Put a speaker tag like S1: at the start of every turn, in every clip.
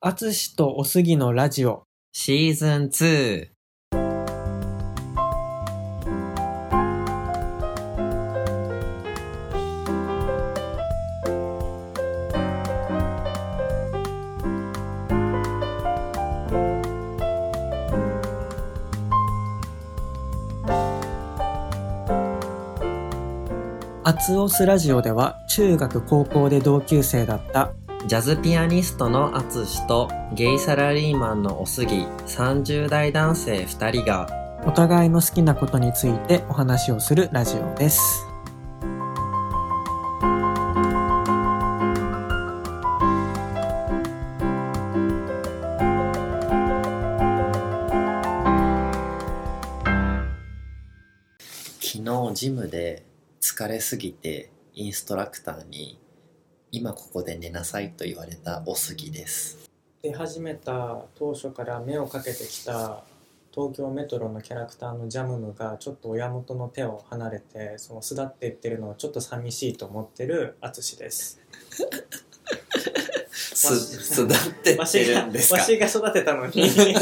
S1: あつしとおすぎのラジオ。
S2: シーズン2。
S1: あつおすラジオでは、中学高校で同級生だった、
S2: ジャズピアニストのアツシとゲイサラリーマンのおすぎ30代男性2人が
S1: お互いの好きなことについてお話をするラジオです。
S2: 昨日ジムで疲れすぎてインストラクターに今ここで寝なさいと言われたおすぎです。
S1: 出始めた当初から目をかけてきた東京メトロのキャラクターのジャムムがちょっと親元の手を離れてその巣立っていってるのをちょっと寂しいと思ってるあつしです。
S2: す、すだってっ
S1: わしてが
S2: るんですか
S1: わしが育てた のにちょ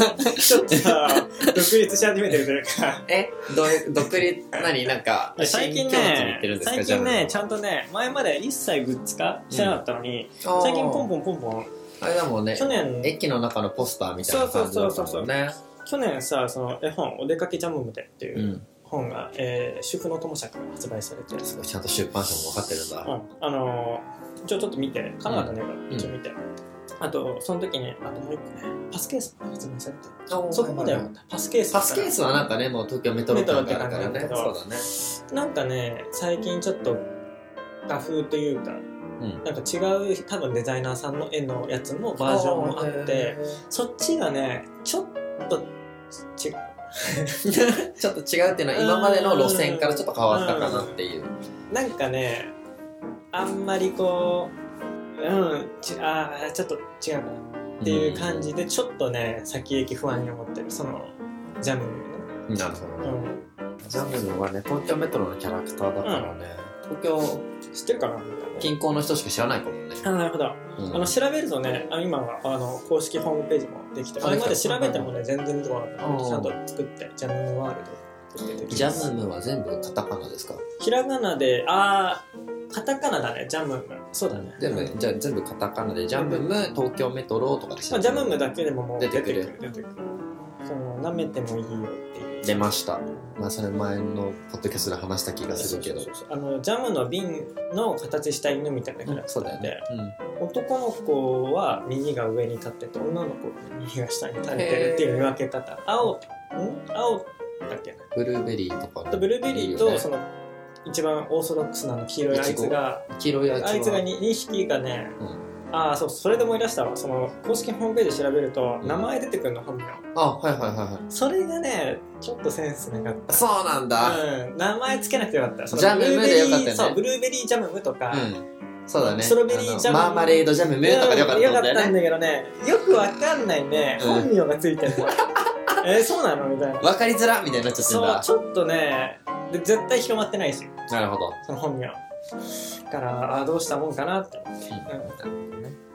S1: っとさ独立し始めてるというか。
S2: え、どういう、独立、何なんか、
S1: 最近
S2: 新境地に行
S1: ね
S2: ってるん、ですか
S1: 最近ね、ちゃ
S2: ん
S1: んとね、前まで一切グッズ化してなかったのに、
S2: と
S1: 最近ポンポンポンポン、
S2: あれだもんね
S1: 去年、
S2: 駅の中のポスターみたいな感じだったもんね
S1: 去年さ、その絵本、お出かけジャムムでっていううん本が、えー主婦の友社から発売されて、
S2: すごいちゃんと出版社も分かってるん
S1: う
S2: だ
S1: ん、あのー一応ちょっと見てカナダの映
S2: ん
S1: 画一応見て、あとその時にあともう一個ねパスケースの発明されてそ
S2: そ
S1: こまではよかったパスケースだ
S2: パ
S1: から
S2: スケースはなんかねもう東京メトロ感があるから
S1: メ
S2: ね
S1: ト
S2: そ
S1: ロっ
S2: う
S1: て
S2: だね
S1: なんかね最近ちょっと画風というか、
S2: ん
S1: なんか違う多分デザイナーさんの絵のやつもバージョンもあってそっちがねちょっと違う
S2: へーちょっと違うっていうのは今までの路線からちょっと変わったかなっていう
S1: なんかねあんまりこううんちあーちょっと違うかなっていう感じでちょっとね先行き不安に思ってるそのジャムの、
S2: うんなるほど
S1: う
S2: ね
S1: ん、
S2: ジャムズはね東京メトロのキャラクターだからね東京
S1: 知ってるかな
S2: 近郊の人しか知らないかもね
S1: あなるほど、
S2: うん
S1: あの調べるとねあ今はあの公式ホームページもできて
S2: あ
S1: あれまで
S2: できた
S1: 調べてもね全然出てこなかった
S2: うん
S1: ちゃんと作ってジャムワールドって出てき
S2: ジ
S1: ま
S2: ャ
S1: す
S2: ムムは全部カタカナですか
S1: ひらがなであーカタカナだねジャムムそうだね
S2: 全部じゃあ全部カタカナでジャムム東京メトロとかで
S1: まあ、ジャムムだけでももう出
S2: 出
S1: て
S2: て
S1: く
S2: く
S1: る
S2: る
S1: 出てくるその舐めてもいいよっていう
S2: 出ましたまあそれ前のポッドキャストで話した気がするけど
S1: そうそうそうあのジャムの瓶の形した犬みたいなキャラクタ
S2: そう
S1: ーで
S2: だよね、うん
S1: 男の子は右が上に立ってて女の子は右が下に垂れてるっていう見分け方青ん青だっけ
S2: ブルーベリーとか
S1: とブルーベリーと
S2: いいよね
S1: その一番オーソドックスなあの黄色いあいつが
S2: 黄色いやつは
S1: あいつが 2, 匹がね、
S2: う
S1: ああそうそれで思い出したわその公式ホームページ調べると
S2: うん
S1: 名前出てくるの本名、
S2: あはいはいはいはい
S1: それがねちょっとセンスなかった
S2: そうなんだ
S1: うん、名前つけなくてよかったその
S2: ジャムムでよかった
S1: ブルーベリー
S2: よね
S1: そうブルーベリージャムムとか、
S2: うん、そうだね
S1: ストロベリージャム
S2: あのマーマレードジャムムとかでよかったんだ
S1: よかった
S2: よ
S1: ん
S2: ね
S1: だけどねよくわかんないね、
S2: うん
S1: 本名がついてる のえそうなのみたいな
S2: わかりづらみたいになっちゃってん
S1: そう
S2: だ
S1: ちょっとねで絶対広まってないし
S2: なるほど、
S1: その本名からあどうしたもんかなって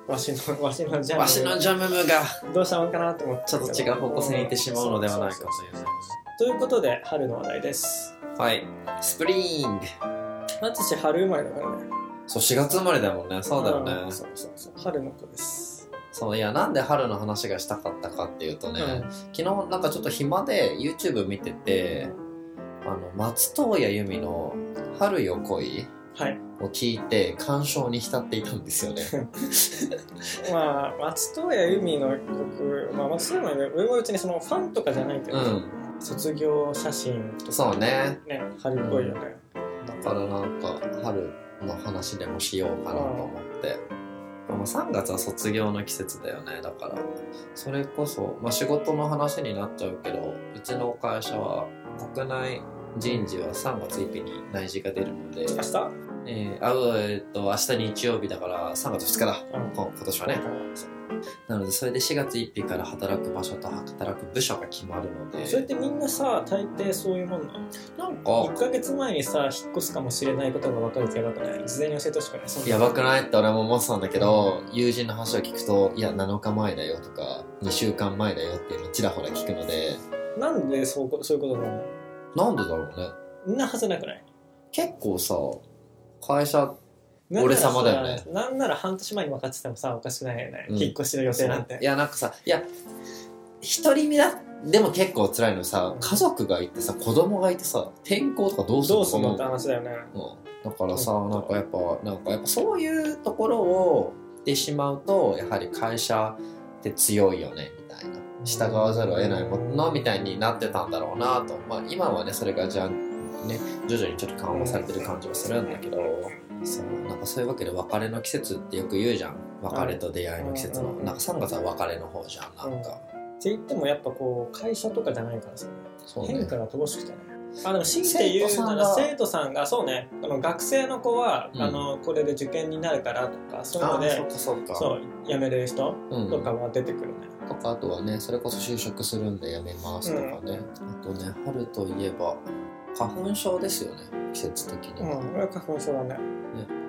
S1: わしの わしのジャンル
S2: わしのジャムムが
S1: どうしたもんかなって思って
S2: ちょっと違う方向性に行ってしまうのではないか
S1: そ
S2: も
S1: そ
S2: しれな
S1: そうということで春の話題です
S2: いはいスプリング
S1: 松氏春生まれだからね
S2: そう4月生まれだもんねそうだよね、
S1: んそうそうそう春の子です
S2: そういやなんで春の話がしたかったかっていうとね、
S1: うん
S2: 昨日なんかちょっと暇で YouTube 見ててあの松任谷由実の「春よ恋
S1: はい」
S2: を聞いて感傷に浸っていたんで すよね
S1: まあ松任谷由実の曲、まあ、松任谷由実俺は別にそのファンとかじゃないけど、
S2: うん
S1: 卒業写真とか
S2: そうね
S1: ね春っぽいよね、
S2: だからなんか春の話でもしようかなと思って、まあ、3月は卒業の季節だよねだからそれこそ、まあ、仕事の話になっちゃうけどうちの会社は国内人事は3月1日に内示が出るので
S1: 明日
S2: えー、あうえーっと明日日曜日だから3月2日だ、
S1: うん
S2: こ今年はねなのでそれで4月1日から働く場所と働く部署が決まるので
S1: それってみんなさ大抵そういうもんなの
S2: なん
S1: 1
S2: か
S1: ヶ月前にさ引っ越すかもしれないことが分かるってやばくない事前に教えてほしくないそんな
S2: やばくないって俺も思ってたんだけど友人の話を聞くといや7日前だよとか2週間前だよっていうのをちらほら聞くので
S1: なんでそうこそういうことなの
S2: なんでだろうね
S1: んなはずなくない
S2: 結構さ会社
S1: なんならさ
S2: 俺様だよね
S1: なんなら半年前に分かっててもさおかしくないよね、
S2: うん
S1: 引っ越しの予定なんて
S2: いやなんかさいや独り身だでも結構辛いのさ家族がいてさ子供がいてさ転校とかどうする
S1: ど
S2: の
S1: うす
S2: か
S1: んの
S2: も
S1: って話だよね
S2: だからさ
S1: うん
S2: なんかやっぱなんかやっぱそういうところをってしまうとやはり会社って強いよねみたいな従わざるを得ないものみたいになってたんだろうなと、まあ、今はねそれがじゃあね徐々にちょっと緩和されてる感じはするんだけどそうなんかそういうわけで別れの季節ってよく言うじゃん別れと出会いの季節の
S1: うん
S2: なんか3月は別れの方じゃんなんか
S1: って言ってもやっぱこう会社とかじゃないからさ
S2: そうね
S1: 変化が乏しくてねあでも強いて言うなら
S2: 生
S1: 生徒さんがそうねあの学生の子は、
S2: うん
S1: あのこれで受験になるからとかそういう
S2: あ
S1: の
S2: ー
S1: で
S2: そっかそっか
S1: そう辞める人
S2: うん
S1: とかは出てくるね、
S2: とかあとはねそれこそ就職するんでやめますとかね、あとね春といえば花粉症ですよね季節的に
S1: うん
S2: は、
S1: 俺は花粉症だね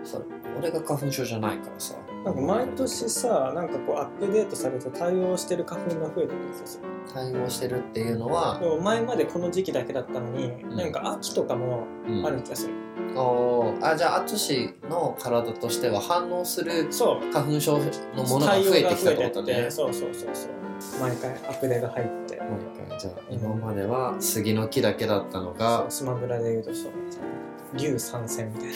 S2: そう俺が花粉症じゃないからさ
S1: なんか毎年さなんかこうアップデートされて対応してる花粉が増えてくるんですよ
S2: 対応してるっていうのは
S1: で、も前までこの時期だけだったのに、
S2: ん
S1: なんか秋とかも
S2: うん
S1: ある気がする、
S2: おーあじゃあ淳の体としては反応する
S1: そう
S2: 花粉症のものが増えてきたってこ
S1: 対応が増え
S2: と
S1: てっ
S2: ね
S1: てそうそうそうそう毎回アプデが入って
S2: もう一回じゃあ今までは杉の木だけだった
S1: そ
S2: のが
S1: うスマブラで言うとそう竜参戦みた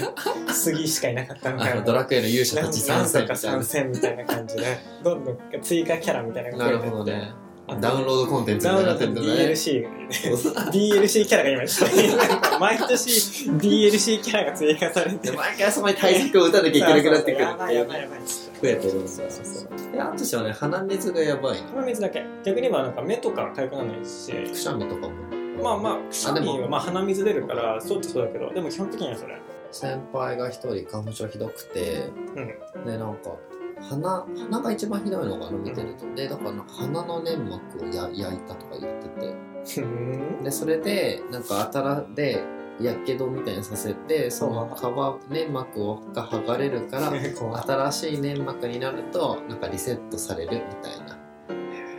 S1: いな杉しかいなかったみた
S2: あ
S1: い
S2: の
S1: な
S2: ドラクエの勇者たち
S1: な
S2: 参
S1: んと
S2: 戦み
S1: か
S2: たい
S1: 参戦みたいな感じでどんどん追加キャラみたいなの
S2: なな
S1: が増え
S2: る
S1: てって
S2: ほどね
S1: あと
S2: ダウンロードコンテンツ
S1: ダ
S2: に
S1: ウンロー
S2: なって
S1: ド
S2: んだね
S1: DLC が ね
S2: そうそう
S1: DLC キャラが今した毎年 DLC キャラが追加され て
S2: で毎回そこに対策を打たなきゃいけなくなってくる
S1: そうそうそうやばいやばいやばいっつって
S2: 増えてるんだ
S1: そうそうそう
S2: いや私はね鼻水がやばいな
S1: 鼻水だけ逆に言えばなんか目とか痒くならないし
S2: くしゃみとかも
S1: まあまあくしゃみはまあ鼻水出るからそうってそうだけどでも基本的にはそれ
S2: 先輩が一人花粉症ひどくて、でなんか鼻鼻が一番ひどいのが見てると、でだからなんか鼻の粘膜をや焼いたとか言ってて
S1: うん
S2: でそれでなんかあたらでやけどみたいにさせてその皮粘膜が剥がれるから
S1: 怖い
S2: 新しい粘膜になるとなんかリセットされるみたいな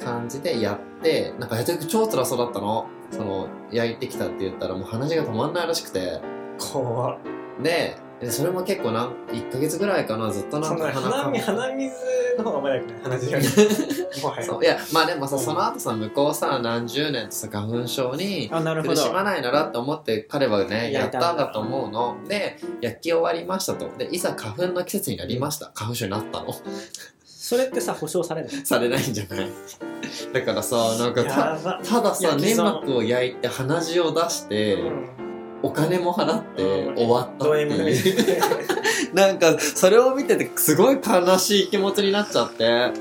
S2: 感じでやってなんかやって超辛そうだったのその焼いてきたって言ったらもう話が止まんないらしくて
S1: 怖っ
S2: ででそれも結構なん1ヶ月ぐらいかなずっとな
S1: そ
S2: ん
S1: んな
S2: か
S1: 鼻水鼻水の方がまだよくない鼻水よりもはや
S2: そういやまあでもさ
S1: うん
S2: その後さ向こうさ何十年とさ花粉症に
S1: あなるほ
S2: 苦
S1: ど
S2: しまないならって思って彼はね
S1: や
S2: や
S1: っ
S2: ったた
S1: ん
S2: ん
S1: だ
S2: だと思うので焼き終わりましたとでいざ花粉の季節になりました花粉症になったの
S1: それってさ保証されない
S2: されないんじゃ ないだからさなんかた
S1: やば
S2: たださ
S1: 焼き
S2: 粘
S1: そう
S2: 膜を焼いて鼻血を出して、お金も払って
S1: うん
S2: 終わったっ
S1: ド
S2: て
S1: M
S2: いう なんかそれを見ててすごい悲しい気持ちになっちゃって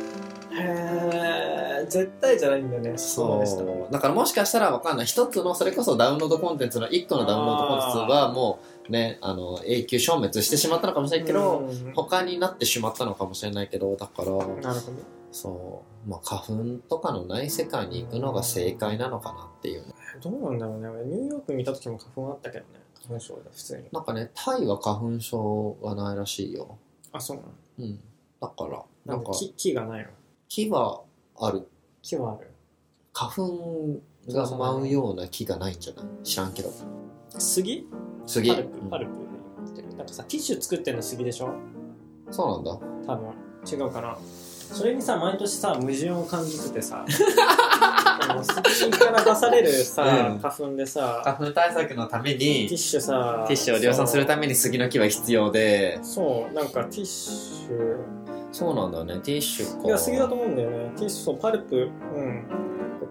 S1: へー絶対じゃないんだよね
S2: そうだからもしかしたらわかんない一つのそれこそダウンロードコンテンツの1個のダウンロードコンテンツはもうねあの永久消滅してしまったのかもしれ
S1: だ
S2: ないけど、他になってしまったのかもしれないけどだから
S1: なるほど
S2: そう、まあ、花粉とかのない世界に行くのが正解なのかなっていう
S1: どうなんだろうね俺ニューヨークにいた時も花粉あったけどね花粉症で普通に
S2: なんかねタイは花粉症がないらしいよ
S1: あそうなの
S2: うんだから
S1: な
S2: なんん
S1: か
S2: か
S1: 木木がないの
S2: 木はある
S1: 木はある
S2: 花粉が舞うような木がないんじゃない知らんけど
S1: 杉
S2: 次
S1: パル
S2: う
S1: プ
S2: ん
S1: パルプ、なんかさティッシュ作ってんの杉でしょ
S2: そうなんだ
S1: 多分違うかなそれにさ毎年さ矛盾を感じててさあの杉から出されるさ、
S2: うん
S1: 花粉でさ
S2: 花粉対策のため
S1: テ
S2: に
S1: ィッシュさ
S2: ティッシュを量産するために杉の木は必要で
S1: そうなんかティッシュ
S2: そうなんだよねティッシュか
S1: いや杉だと思うんだよねティッシュそうパルプうん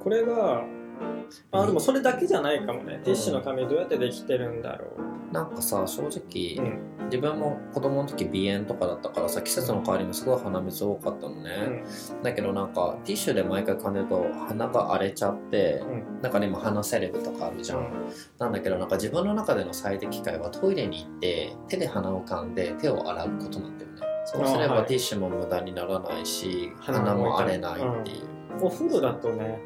S1: これがあでもそれだけじゃないかもね、ティッシュの紙どうやってできてるんだろ
S2: なんかさ正直、
S1: う、うん
S2: 自分も子供の時鼻炎とかだったからさ季節の変わりもすごい鼻水多かったのね、だけどなんかティッシュで毎回噛んでると鼻が荒れちゃって、
S1: うん
S2: なんかね今鼻セレブとかあるじゃん、なんだけどなんか自分の中での最適解はトイレに行って手で鼻を噛んで手を洗うことなんだよねそうすれ
S1: あは
S2: ば
S1: い
S2: ティッシュも無駄にならないし、
S1: 花も
S2: 花も荒れないっていう、
S1: お風呂だとね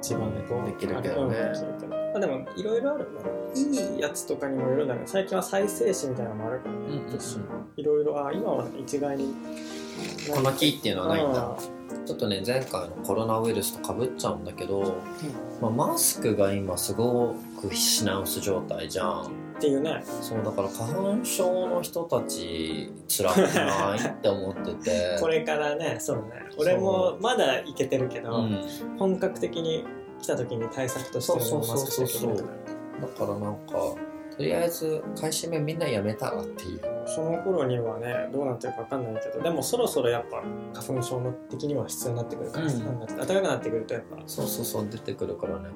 S1: 一番ねこう
S2: できるけどね
S1: うんできるけどまあでもいろいろあるねいいやつとかにもよるんだけど最近は再生紙みたいなのもあるからね、
S2: うんうんうん
S1: いろいろあ今は一概に
S2: この木っていうのはないんだ
S1: あ
S2: ちょっとね前回のコロナウイルスとかぶっちゃうんだけど、まあ、マスクが今すごく品薄状態じゃん
S1: っていうね
S2: そうだから花粉症の人たち辛くないって思ってて
S1: これからねそうね俺もまだいけてるけど、
S2: うん、
S1: 本格的に来た時に対策として
S2: そう
S1: の
S2: そうそうそうだからなんかとりあえず買い占めみんなやめたらっていう
S1: その頃にはねどうなってるか分かんないけどでもそろそろやっぱ花粉症の的には必要になってくるから、
S2: うん
S1: 3月暖かくなってくるとやっぱ
S2: そうそうそう出てくるからね花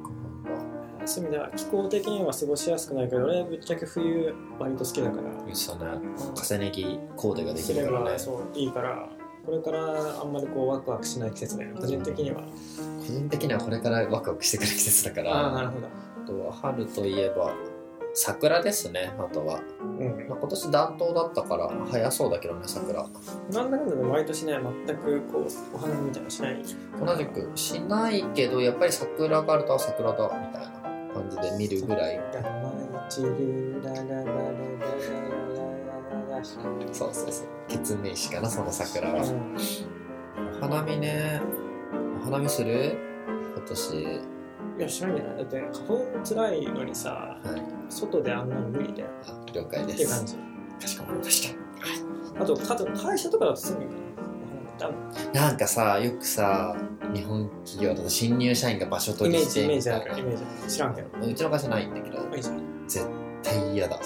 S2: 粉が
S1: そういう意味では気候的には過ごしやすくないけど俺ぶっちゃけ冬割と好きだから
S2: 言ってたね重ね着コーデができるからね
S1: すればそういいからこれからあんまりこうワクワクしない季節だよね個人的には、
S2: 個人的にはこれからワクワクしてくる季節だから
S1: ああなるほど
S2: あとは春といえば桜ですねあとは、
S1: うん
S2: まあ、今年暖冬だったから早そうだけどね桜
S1: なんだかんだで毎年ね全くこうお花見みたいなのしない
S2: 同じくしないけどやっぱり桜があるとあ桜だみたいな感じで見るぐらい
S1: 黙い散るラララララララララ
S2: そうそうそう決命しかなその桜
S1: ラ
S2: はお花見ねお花見する今年
S1: いやしないんじゃないだって花粉つらいのにさ
S2: はい
S1: 外であんなの無理だよ
S2: あ了解
S1: っ
S2: で
S1: て感
S2: す
S1: じ
S2: かしこまりました
S1: あとかと会社とかだとすぐにお花見ってあんの
S2: なんかさよくさ日本企業だと新入社員が場所
S1: イ
S2: 取
S1: メ
S2: り
S1: ー
S2: して
S1: ジイメー
S2: み
S1: ジ
S2: た
S1: あ
S2: いな
S1: るイメージある知らんけど
S2: うちの会社ないんだけど
S1: いいじゃん
S2: 絶対嫌だ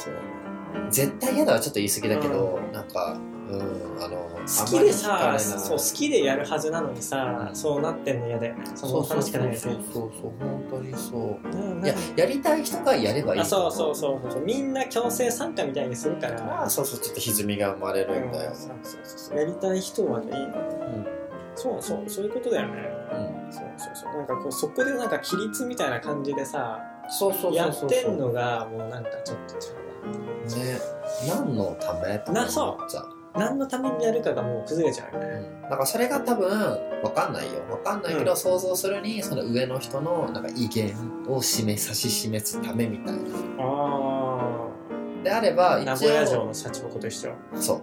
S2: 絶対嫌だはちょっと言い過ぎだけど、なんかうんあ
S1: 好き
S2: の
S1: で
S2: あんま
S1: さ
S2: り惹かれない
S1: そう好きでやるはずなのにさそうなってんの嫌だよねそのお
S2: そ
S1: 話
S2: うそう
S1: しかないよね
S2: そうそうそう本当にそう
S1: うん
S2: いややりたい人がやればいい
S1: あそうそうそうそうそうみんな強制参加みたいにするから
S2: まあそうそうちょっと歪みが生まれるんだよ、
S1: そうそうそうそうやりたい人はねいいの
S2: うん
S1: そうそうそういうことだよね
S2: うん、
S1: そうそうそうなんかこうそこでなんか規律みたいな感じでさ
S2: そうそうそうそう
S1: やってんのがもうなんかちょっと違うな
S2: ね何のためと
S1: な
S2: か
S1: そう
S2: 思っちゃう
S1: 何のためにやるかがもう崩れちゃうよね
S2: だからそれが多分分かんないよ分かんないけど、
S1: うん
S2: 想像するにその上の人のなんか威厳を示指し示すためみたいな
S1: あ
S2: であれば
S1: あ
S2: 一
S1: 名古屋城
S2: 応
S1: の社長こと一緒、
S2: そう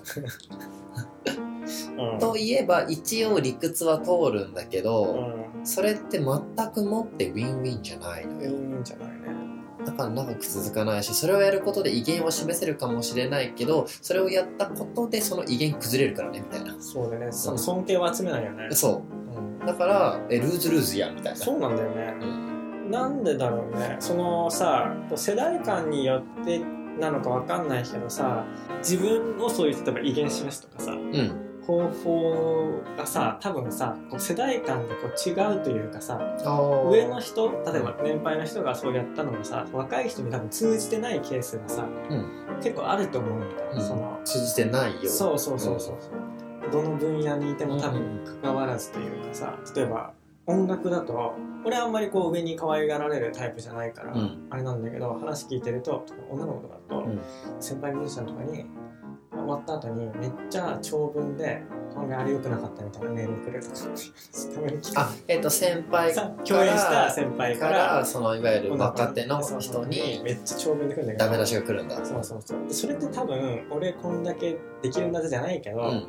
S1: うん
S2: といえば一応理屈は通るんだけ
S1: う
S2: ど、
S1: ん
S2: それって全くもってウィンウィンじゃないの
S1: いい
S2: よ
S1: んじゃないね
S2: だから長く続かないしそれをやることで威厳を示せるかもしれないけどそれをやったことでその威厳崩れるからねみたいな
S1: そうだねその尊敬を集めないよね、
S2: そ
S1: うん
S2: うだからえルーズルーズやみたいな
S1: そうなんだよね
S2: うん
S1: なんでだろうねそのさこう世代間によってなのかわかんないけどさ自分をそういう例えば威厳示すとかさ
S2: うん
S1: 方法がさ多分さこう世代間でこう違うというかさ
S2: あー
S1: 上の人例えば年配の人がそうやったのがさ若い人に多分通じてないケースがさ、
S2: ん
S1: 結構あると思うんだよ、
S2: うん
S1: その
S2: 通じてないよ
S1: そうそうそうそうどの分野にいても多分関わらずというかさ例えば音楽だと俺はあんまりこう上に可愛がられるタイプじゃないから、
S2: うん
S1: あれなんだけど話聞いてると女の子とかだと、
S2: うん
S1: 先輩ミュージシャンとかに終わった後にめっちゃ長文で「今回あれ良くなかった」みたいなメールくれるとかたまに聞く
S2: あえっ、と先輩
S1: さ共演した先輩
S2: か
S1: からら
S2: そのいわゆる若手の
S1: そうそう
S2: 人
S1: そう
S2: に
S1: めっちゃ長文で来るんだけど
S2: ダメ出しが来るんだ
S1: そうそうそうでそれって多分俺こんだけできるんだぜじゃないけど、
S2: うん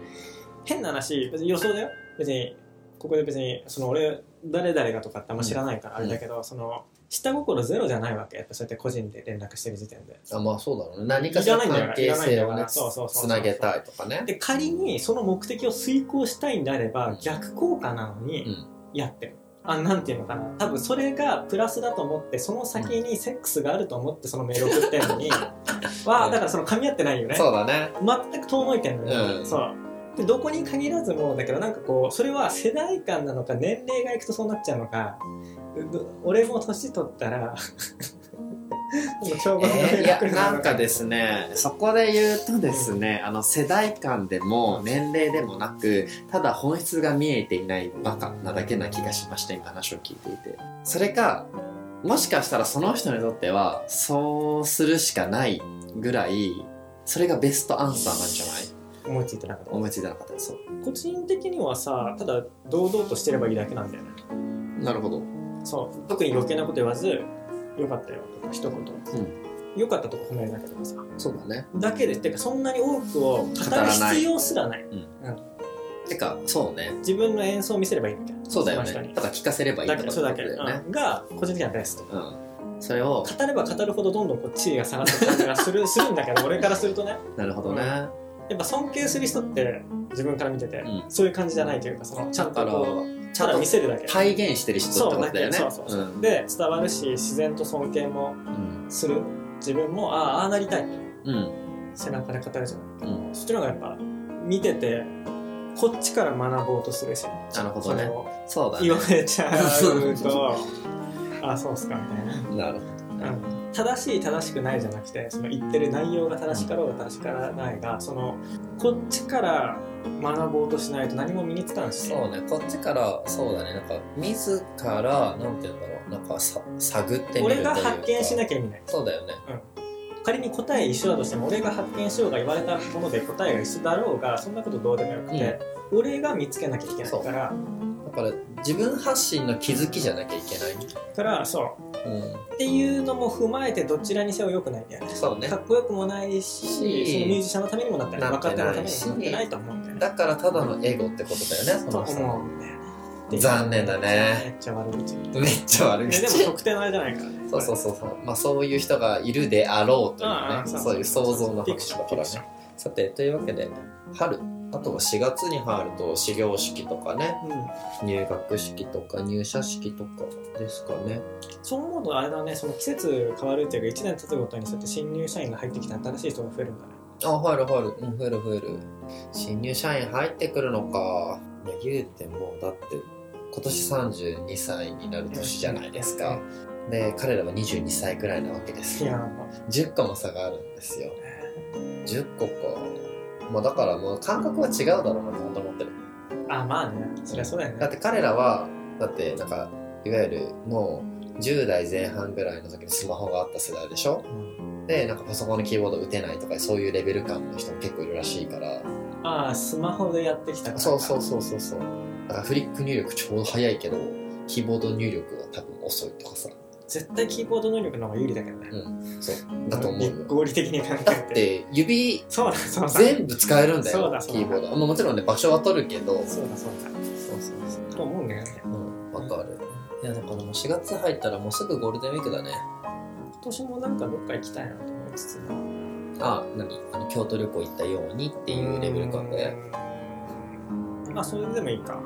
S1: 変な話別に予想だよ別にここで別にその俺誰々がとかってあんま知らないからあれだけど、その下心ゼロじゃないわけやっぱそうやって個人で連絡してる時点で
S2: あまあそうだろうね何かしらの関係性を
S1: いらないんだよいらないんだ
S2: ね
S1: よそうそうそうそう
S2: つなげたいとかね
S1: で仮にその目的を遂行したいんであれば逆効果なの
S2: う
S1: に
S2: ん
S1: やってる、あなんていうのかな多分それがプラスだと思ってその先にセックスがあると思ってそのメール送ってるの にわあだからその噛み合ってないよね
S2: そうだね
S1: 全く遠のいてんのよ、
S2: うん
S1: そうでどこに限らずもだけどなんかこうそれは世代間なのか年齢がいくとそうなっちゃうのかうう俺も年取った らもう調和の
S2: えーい
S1: 連
S2: や
S1: 絡に
S2: な
S1: る
S2: ん
S1: の
S2: かですねそこで言うとですねあの世代間でも年齢でもなくただ本質が見えていないバカなだけな気がしました今話を聞いていてそれかもしかしたらその人にとってはそうするしかないぐらいそれがベストアンサーなんじゃない
S1: 思いついてなかった
S2: 思いついてなかったですそう
S1: 個人的にはさただ堂々としてればいいだけなんだよね
S2: なるほど
S1: そう特に余計なこと言わず「よかったよ」とか一言「良かった」とか褒められなければさ
S2: そうだね
S1: だけでてかそんなに多くを語る必要すらない
S2: てかそうね
S1: 自分の演奏を見せればいいみたいな
S2: そうだよね
S1: その人に
S2: ただ聞かせればいい
S1: だ
S2: って
S1: け
S2: こ
S1: そ
S2: と
S1: う
S2: だ
S1: だ
S2: よ
S1: け、
S2: ね
S1: うんが個人的にはベスト
S2: うんそれを
S1: 語れば語るほどどんどんこう地位が下がってる感じがするするんだ けど俺からするとね
S2: なるほどね
S1: やっぱ尊敬する人って自分から見てて、
S2: ん
S1: そういう感じじゃないというかそのちゃん
S2: だ
S1: と
S2: から
S1: こう
S2: ち
S1: た
S2: ゃん
S1: だ
S2: と
S1: 見せるだけ
S2: 体現してる人ってことだよね
S1: そうそうそうそう、
S2: ん
S1: で伝わるし自然と尊敬も
S2: うん
S1: する自分もああああなりたい
S2: うん
S1: 背中で語るじゃない
S2: うん
S1: そっちの方がやっぱ見ててこっちから学ぼうとするし
S2: なるほどね
S1: それを
S2: そうだね
S1: 言われちゃう とあそうっすかみたいな
S2: なるほ
S1: うん正しい正しくないじゃなくてその言ってる内容が正しかろうが正しからないがそのこっちから学ぼうとしないと何も身につかんし
S2: そうねこっちからそうだねなんか自らなんて言うんだろうなんかさ探ってみるとい
S1: 俺
S2: うか
S1: が発見しな
S2: きゃ
S1: きゃ意味ない
S2: そうだよね
S1: 仮に答え一緒だとしても俺が発見しようが言われたもので答えが一緒だろうがそんなことどうでもよくて、俺が見つけなきゃいけないから
S2: だから自分発信の気づきじゃなきゃいけない
S1: からそう
S2: う
S1: っていうのも踏まえてどちらにせよ良くないんだよね
S2: んそうね
S1: かっこよくもないし
S2: し
S1: そのミュージシャンのためにもなってない
S2: なっ
S1: 若
S2: て
S1: 手
S2: ない
S1: のためにもなってないと思うんだよね
S2: だからただのエゴってことだよね
S1: と
S2: その人
S1: 思うんだよね
S2: 残念だね
S1: めっちゃ悪口
S2: めっちゃ悪
S1: い
S2: 口
S1: やでも特定のあれじゃないからね
S2: そうそうそうそう、まあ、そういう人がいるであろうという
S1: ああ
S2: ね
S1: そう
S2: そういう想像の
S1: フィクシ
S2: 話
S1: ョ
S2: だ
S1: ン
S2: からねさてというわけで春あとは4月に入ると始業式とかね
S1: うん
S2: 入学式とか入社式とかですかね
S1: そう思うとあれだねその季節変わるっていうか1年経つごとにそうやって新入社員が入ってきて新しい人が増えるんだね
S2: あ入る入るうん増える増える新入社員入ってくるのかまあ言うてもだって今年32歳になる年じゃないですかで彼らは22歳くらいなわけです
S1: い
S2: よ
S1: やなんか
S2: 10個も差があるんですよ10個かまあだからもう感覚は違うだろうなって本当思ってる
S1: あまあねそりゃそうだよ
S2: だっ
S1: ね
S2: て彼らはだってなんかいわゆるもう10代前半ぐらいの時にスマホがあった世代でしょ
S1: うん
S2: でなんかパソコンのキーボード打てないとかそういうレベル感の人も結構いるらしいから
S1: ああスマホでやってきたから
S2: そうそうそうそうそうだからフリック入力ちょうど早いけどキーボード入力は多分遅いとかさ
S1: 絶対キーボード能力の方が有利だけどね
S2: そうだと思うよ
S1: 合理的に考
S2: だ
S1: え
S2: ってて指
S1: そうだそうだそうだ
S2: 全部使えるんだ
S1: そう
S2: よ
S1: だそう
S2: キ
S1: だ
S2: ーボードまあもちろんね場所は取るけど
S1: そうだそう
S2: そうそうそう
S1: だと思うんだよね
S2: うん、わかる。いや、だからもう4月入ったらもうすぐゴールデンウィークだね。
S1: 今年もなんかどっか行きたいなと思いつつ
S2: あ、何あの京都旅行行ったようにっていうレベル感で。
S1: うんまあそれでもいいか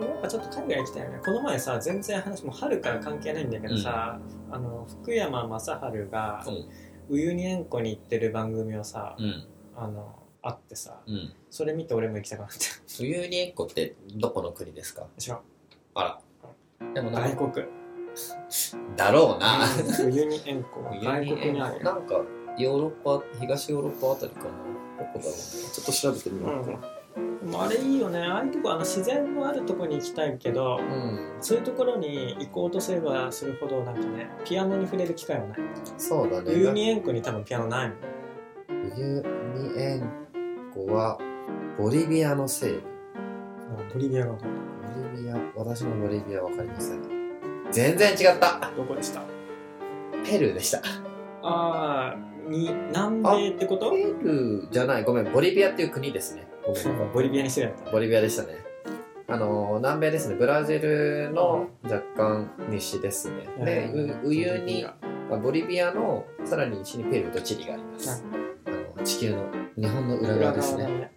S1: でもやっぱちょっと海外行きたいよねこの前さ全然話もう春から関係ないんだけどさ、あの福山雅治が
S2: うん
S1: ウユニ塩湖に行ってる番組をさ、
S2: うん、
S1: あのあってさ
S2: うん。ウ
S1: それ見て俺も行きたくなった
S2: ユニエンコってどこの国ですか
S1: 私は
S2: あら。でもなん
S1: 外
S2: か、
S1: 国
S2: だろうな。
S1: ウユニ塩 湖は外
S2: ユニ
S1: 国
S2: 塩
S1: に
S2: 湖
S1: ある
S2: なんか、ヨーロッパ、東ヨーロッパあたりかな。どこだろう。ちょっと調べてみようか。
S1: うんでもあれいいよねああいうとこあの自然のあるとこに行きたいけど
S2: うん、
S1: そういうところに行こうとすればするほどなんかねピアノに触れる機会はない
S2: そうだね。
S1: ユニエンコに多分ピアノないもん
S2: ユニエンコは、ボリビアの西部。
S1: ボリビアが分かる
S2: ボリビア、私もボリビアわかりません。全然違った
S1: どこでした
S2: ペルーでした。
S1: ああに南米ってこと
S2: ペルーじゃない、ごめん、ボリビアっていう国ですね。ごめん、
S1: ボリビアにしてるやった
S2: ボリビアでしたね。あのー南米ですね、ブラジルの若干西ですね。で、うウユニ、あボリビアのさらに西にペルーとチリがあります。あの地球の日本の裏
S1: 裏側
S2: 側です
S1: だ
S2: ね。
S1: ね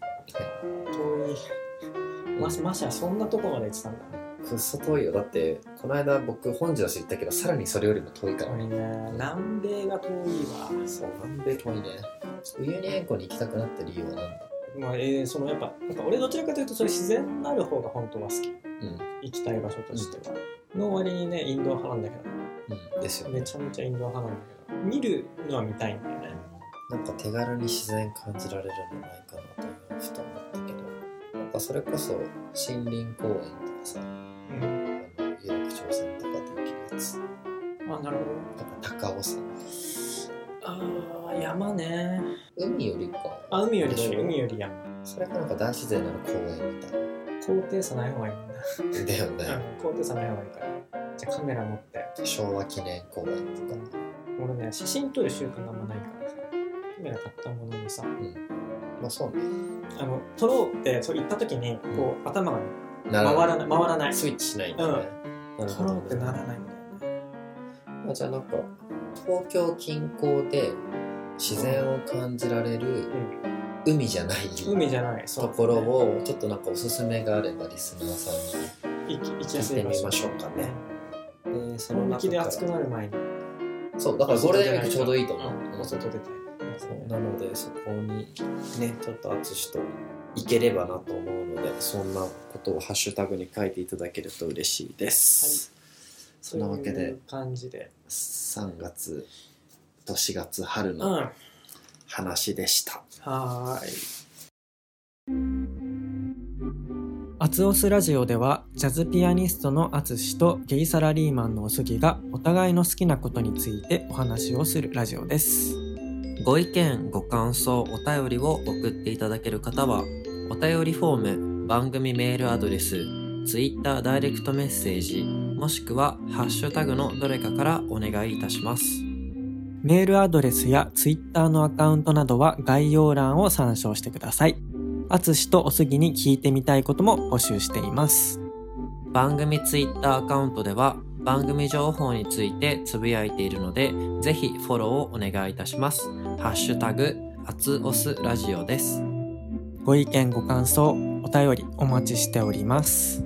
S1: 遠いままさにそんなとこまで行ってたんだ
S2: くっそ遠いよ。だって、この間僕、ホンジュラス行ったけど、さらにそれよりも遠いから
S1: 遠いね南米が遠いわ
S2: そう、南米遠いね。ウユニ塩湖に行きたくなった理由は何だ
S1: まあえーそのやっぱなんか俺どちらかというとそれ自然のある方が本当は好き
S2: う
S1: 行きたい場所としてはの割にねインドア派なんだけ
S2: ん、うん、ですよ
S1: ど
S2: ね
S1: め。ちゃめちゃインドア派なんだけど見るのは見たいんだよね
S2: なんか手軽に自然感じられるんじゃないかなというふと思ったけどなんかそれこそ森林公園とかさあの有楽町線とかできるやつ
S1: あなるほど
S2: なんか高尾山
S1: ああ山ね
S2: 海よりか
S1: あ海より
S2: でしょ
S1: 海より山
S2: それかなんか大自然の公園みたい
S1: 高低差ない方がいいもんな
S2: なだよね
S1: うん高低差ない方がいいからじゃあカメラ持って
S2: 昭和記念公園とか
S1: 俺ね写真撮る習慣があんまないからさカメラ買ったもののさ
S2: まあそうね
S1: あの撮ろうってそう言った時にこう頭がね回
S2: なるほど
S1: らない回らない
S2: スイッチしないんだね、なる
S1: 撮
S2: ほ
S1: ろ
S2: ど
S1: うって
S2: ね
S1: ならないんだよね
S2: まあじゃあなんか東京近郊で自然を感じられる海じゃない
S1: 海じゃないそう
S2: ところをちょっとなんかおすすめがあればリスナーさんに
S1: 行き行きやす
S2: 聞い
S1: い
S2: て
S1: 場
S2: み
S1: 所
S2: ましょうかね。でその
S1: 本気
S2: 中
S1: で
S2: から
S1: 熱くなる前に
S2: そうだからゴールデンウィークちょうどいいと思う。
S1: ん
S2: うん
S1: 外出たい
S2: そうなのでそこにねちょっと淳と行ければなと思うのでそんなことをハッシュタグに書いていただけると嬉しいです。そんなわ
S1: そ
S2: け
S1: うい
S2: で
S1: う感じで
S2: 3月と4月春
S1: うん
S2: の
S1: は
S2: 話でした。
S1: ーいアツオスラジオではジャズピアニストのアツシとゲイサラリーマンのおすぎがお互いの好きなことについてお話をするラジオです
S3: ご意見、ご感想、お便りを送っていただける方は、お便りフォーム、番組メールアドレス、Twitter ダイレクトメッセージ、もしくは、ハッシュタグのどれかからお願いいたします。
S1: メールアドレスやツイッターのアカウントなどは概要欄を参照してくださいアツシとおすぎに聞いてみたいことも募集しています
S3: 番組 Twitter アカウントでは、番組情報についてつぶやいているので、ぜひフォローをお願いいたします。ハッシュタグ、アツオスラジオです。
S1: ご意見ご感想お便りお待ちしております